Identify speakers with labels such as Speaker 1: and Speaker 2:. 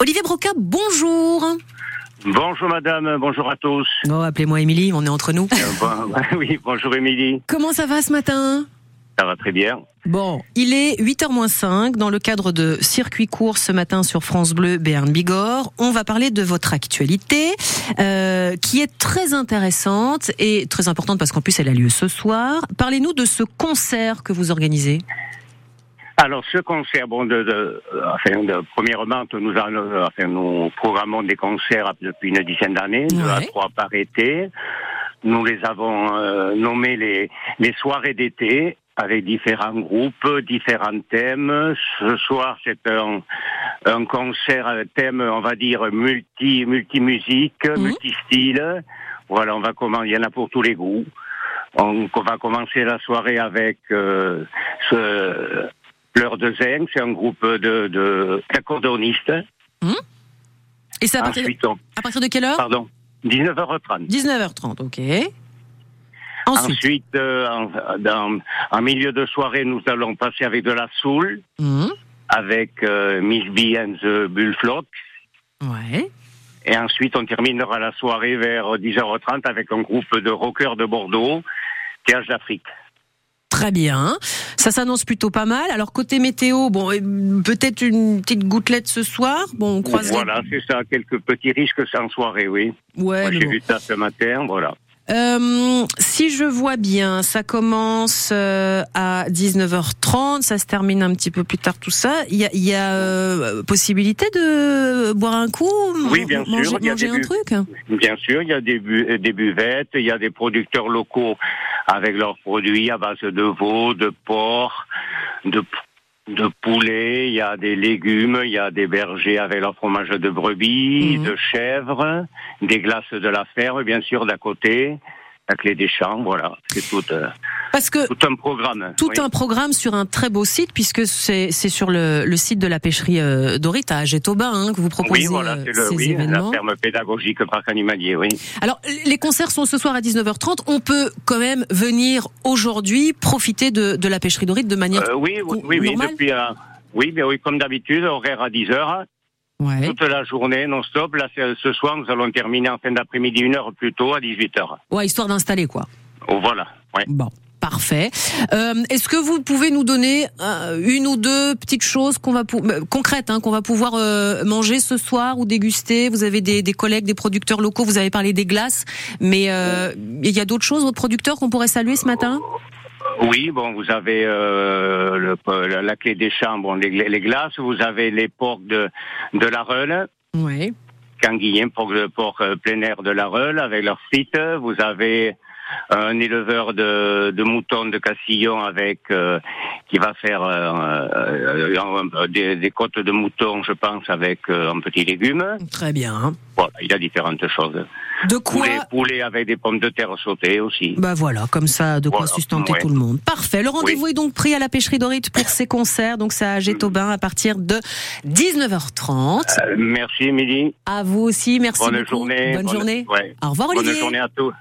Speaker 1: Olivier Broca, bonjour.
Speaker 2: Bonjour madame, bonjour à tous.
Speaker 1: Bon, Oh, appelez-moi Émilie, on est entre nous.
Speaker 2: Euh, bon- oui, bonjour Émilie,
Speaker 1: Comment ça va ce matin
Speaker 2: ça va très bien.
Speaker 1: Bon, il est 8h moins 5 dans le cadre de Circuit court ce matin sur France Bleu Béarn Bigorre. On va parler de votre actualité euh, qui est très intéressante et très importante parce qu'en plus elle a lieu ce soir. Parlez-nous de ce concert que vous organisez.
Speaker 2: Alors ce concert, bon, de, de- euh, enfin, de- premièrement, nous, en- euh, enfin, nous programmons des concerts depuis une dizaine d'années, deux à
Speaker 1: Ouais.
Speaker 2: trois par été. Nous les avons euh, nommés les, les soirées d'été avec différents groupes, différents thèmes. Ce soir, c'est un, un concert euh, thème, on va dire, multi, multi-musique, multi-style. Voilà, on va comment, il y en a pour tous les goûts. On, on va commencer la soirée avec euh, ce, Fleur de Zinc, c'est un groupe de, de d'accordeonistes.
Speaker 1: Et c'est à partir,
Speaker 2: Ensuite, on-
Speaker 1: à partir de quelle heure
Speaker 2: Ah, pardon, 19h30.
Speaker 1: 19h30, ok. Ensuite,
Speaker 2: Ah, Ensuite, euh, en, dans- en milieu de soirée, nous allons passer avec de la soul,
Speaker 1: hum,
Speaker 2: avec euh, Miss B and the Bullflock.
Speaker 1: ouais.
Speaker 2: Et ensuite, on terminera la soirée vers 10h30 avec un groupe de rockers de Bordeaux, Cage d'Afrique.
Speaker 1: Très bien. Ça s'annonce plutôt pas mal. Alors côté météo, bon, euh, peut-être une petite gouttelette ce soir. Bon, on croise. les-
Speaker 2: Voilà, c'est ça, quelques petits risques sans soirée, oui.
Speaker 1: Ouais,
Speaker 2: Moi,
Speaker 1: mais
Speaker 2: J'ai
Speaker 1: bon.
Speaker 2: vu ça ce matin, voilà.
Speaker 1: Euh, si je vois bien, ça commence euh, à 19h30, ça se termine un petit peu plus tard, tout ça. Il y a, il y a, euh, possibilité de boire un coup,
Speaker 2: Oui, bien sûr,
Speaker 1: manger,
Speaker 2: il y a
Speaker 1: manger
Speaker 2: des
Speaker 1: un
Speaker 2: buts.
Speaker 1: truc.
Speaker 2: Bien sûr, il y a des, bu- euh, des buvettes, il y a des producteurs locaux avec leurs produits à base de veau, de porc, de, p- de poulet, il y a des légumes, il y a des bergers avec leur fromage de brebis,
Speaker 1: Mhm.
Speaker 2: de chèvre, des glaces de la ferme, bien sûr, d'à côté, la clé des champs, voilà. C'est tout, euh,
Speaker 1: Parce que
Speaker 2: tout un programme.
Speaker 1: tout
Speaker 2: oui.
Speaker 1: un programme sur un très beau site, puisque c'est c'est sur le, le site de la pêcherie euh, Dorite à Gétoba hein, que vous proposez
Speaker 2: Oui, voilà,
Speaker 1: euh,
Speaker 2: c'est le,
Speaker 1: ces
Speaker 2: oui, la
Speaker 1: événements.
Speaker 2: ferme pédagogique parc animalier, oui.
Speaker 1: Alors, les concerts sont ce soir à 19h30. On peut quand même venir aujourd'hui profiter de, de la pêcherie Dorite de manière...
Speaker 2: Euh, oui, oui, oui, oui,
Speaker 1: Normal
Speaker 2: depuis, euh, oui, bien oui, comme d'habitude, horaire à 10 heures.
Speaker 1: Ouais.
Speaker 2: Toute la journée, non-stop. Là, c'est- ce soir, nous allons terminer en fin d'après-midi, une heure plus tôt, à 18h.
Speaker 1: ouais, histoire d'installer quoi.
Speaker 2: Oh, voilà. Ouais.
Speaker 1: Bon, parfait. Euh, Est-ce que vous pouvez nous donner euh, une ou deux petites choses qu'on va pou- euh, concrètes hein, qu'on va pouvoir euh, manger ce soir ou déguster Vous avez des, des collègues, des producteurs locaux. Vous avez parlé des glaces, mais euh, il y a d'autres choses, d'autres producteurs qu'on pourrait saluer ce matin
Speaker 2: Oui, bon, vous avez euh, le- la, la clé des champs, bon, les, gla- les glaces, vous avez les porcs de, de la Reule,
Speaker 1: Oui.
Speaker 2: Canguilhem, porc, de- porc euh, plein air de la Reule, avec leurs frites. Vous avez un éleveur de, de moutons de Cassillon avec euh, qui va faire euh, euh, euh, des, des côtes de moutons, je pense, avec euh, un petit légume.
Speaker 1: Très bien.
Speaker 2: Voilà, il y a différentes choses.
Speaker 1: De quoi
Speaker 2: Poulet, poulet avec des pommes de terre sautées aussi.
Speaker 1: Bah voilà, comme ça, de quoi
Speaker 2: Voilà,
Speaker 1: sustenter
Speaker 2: ouais.
Speaker 1: tout le monde. Parfait. Le rendez-vous est donc pris à la pêcherie Dorite pour ses concerts. Donc ça à Gétobin à partir de 19h30.
Speaker 2: Euh, merci, Émilie.
Speaker 1: À vous aussi. Merci
Speaker 2: Bonne
Speaker 1: beaucoup.
Speaker 2: journée.
Speaker 1: Bonne journée.
Speaker 2: ouais.
Speaker 1: Au revoir, Olivier.
Speaker 2: Bonne journée à tous.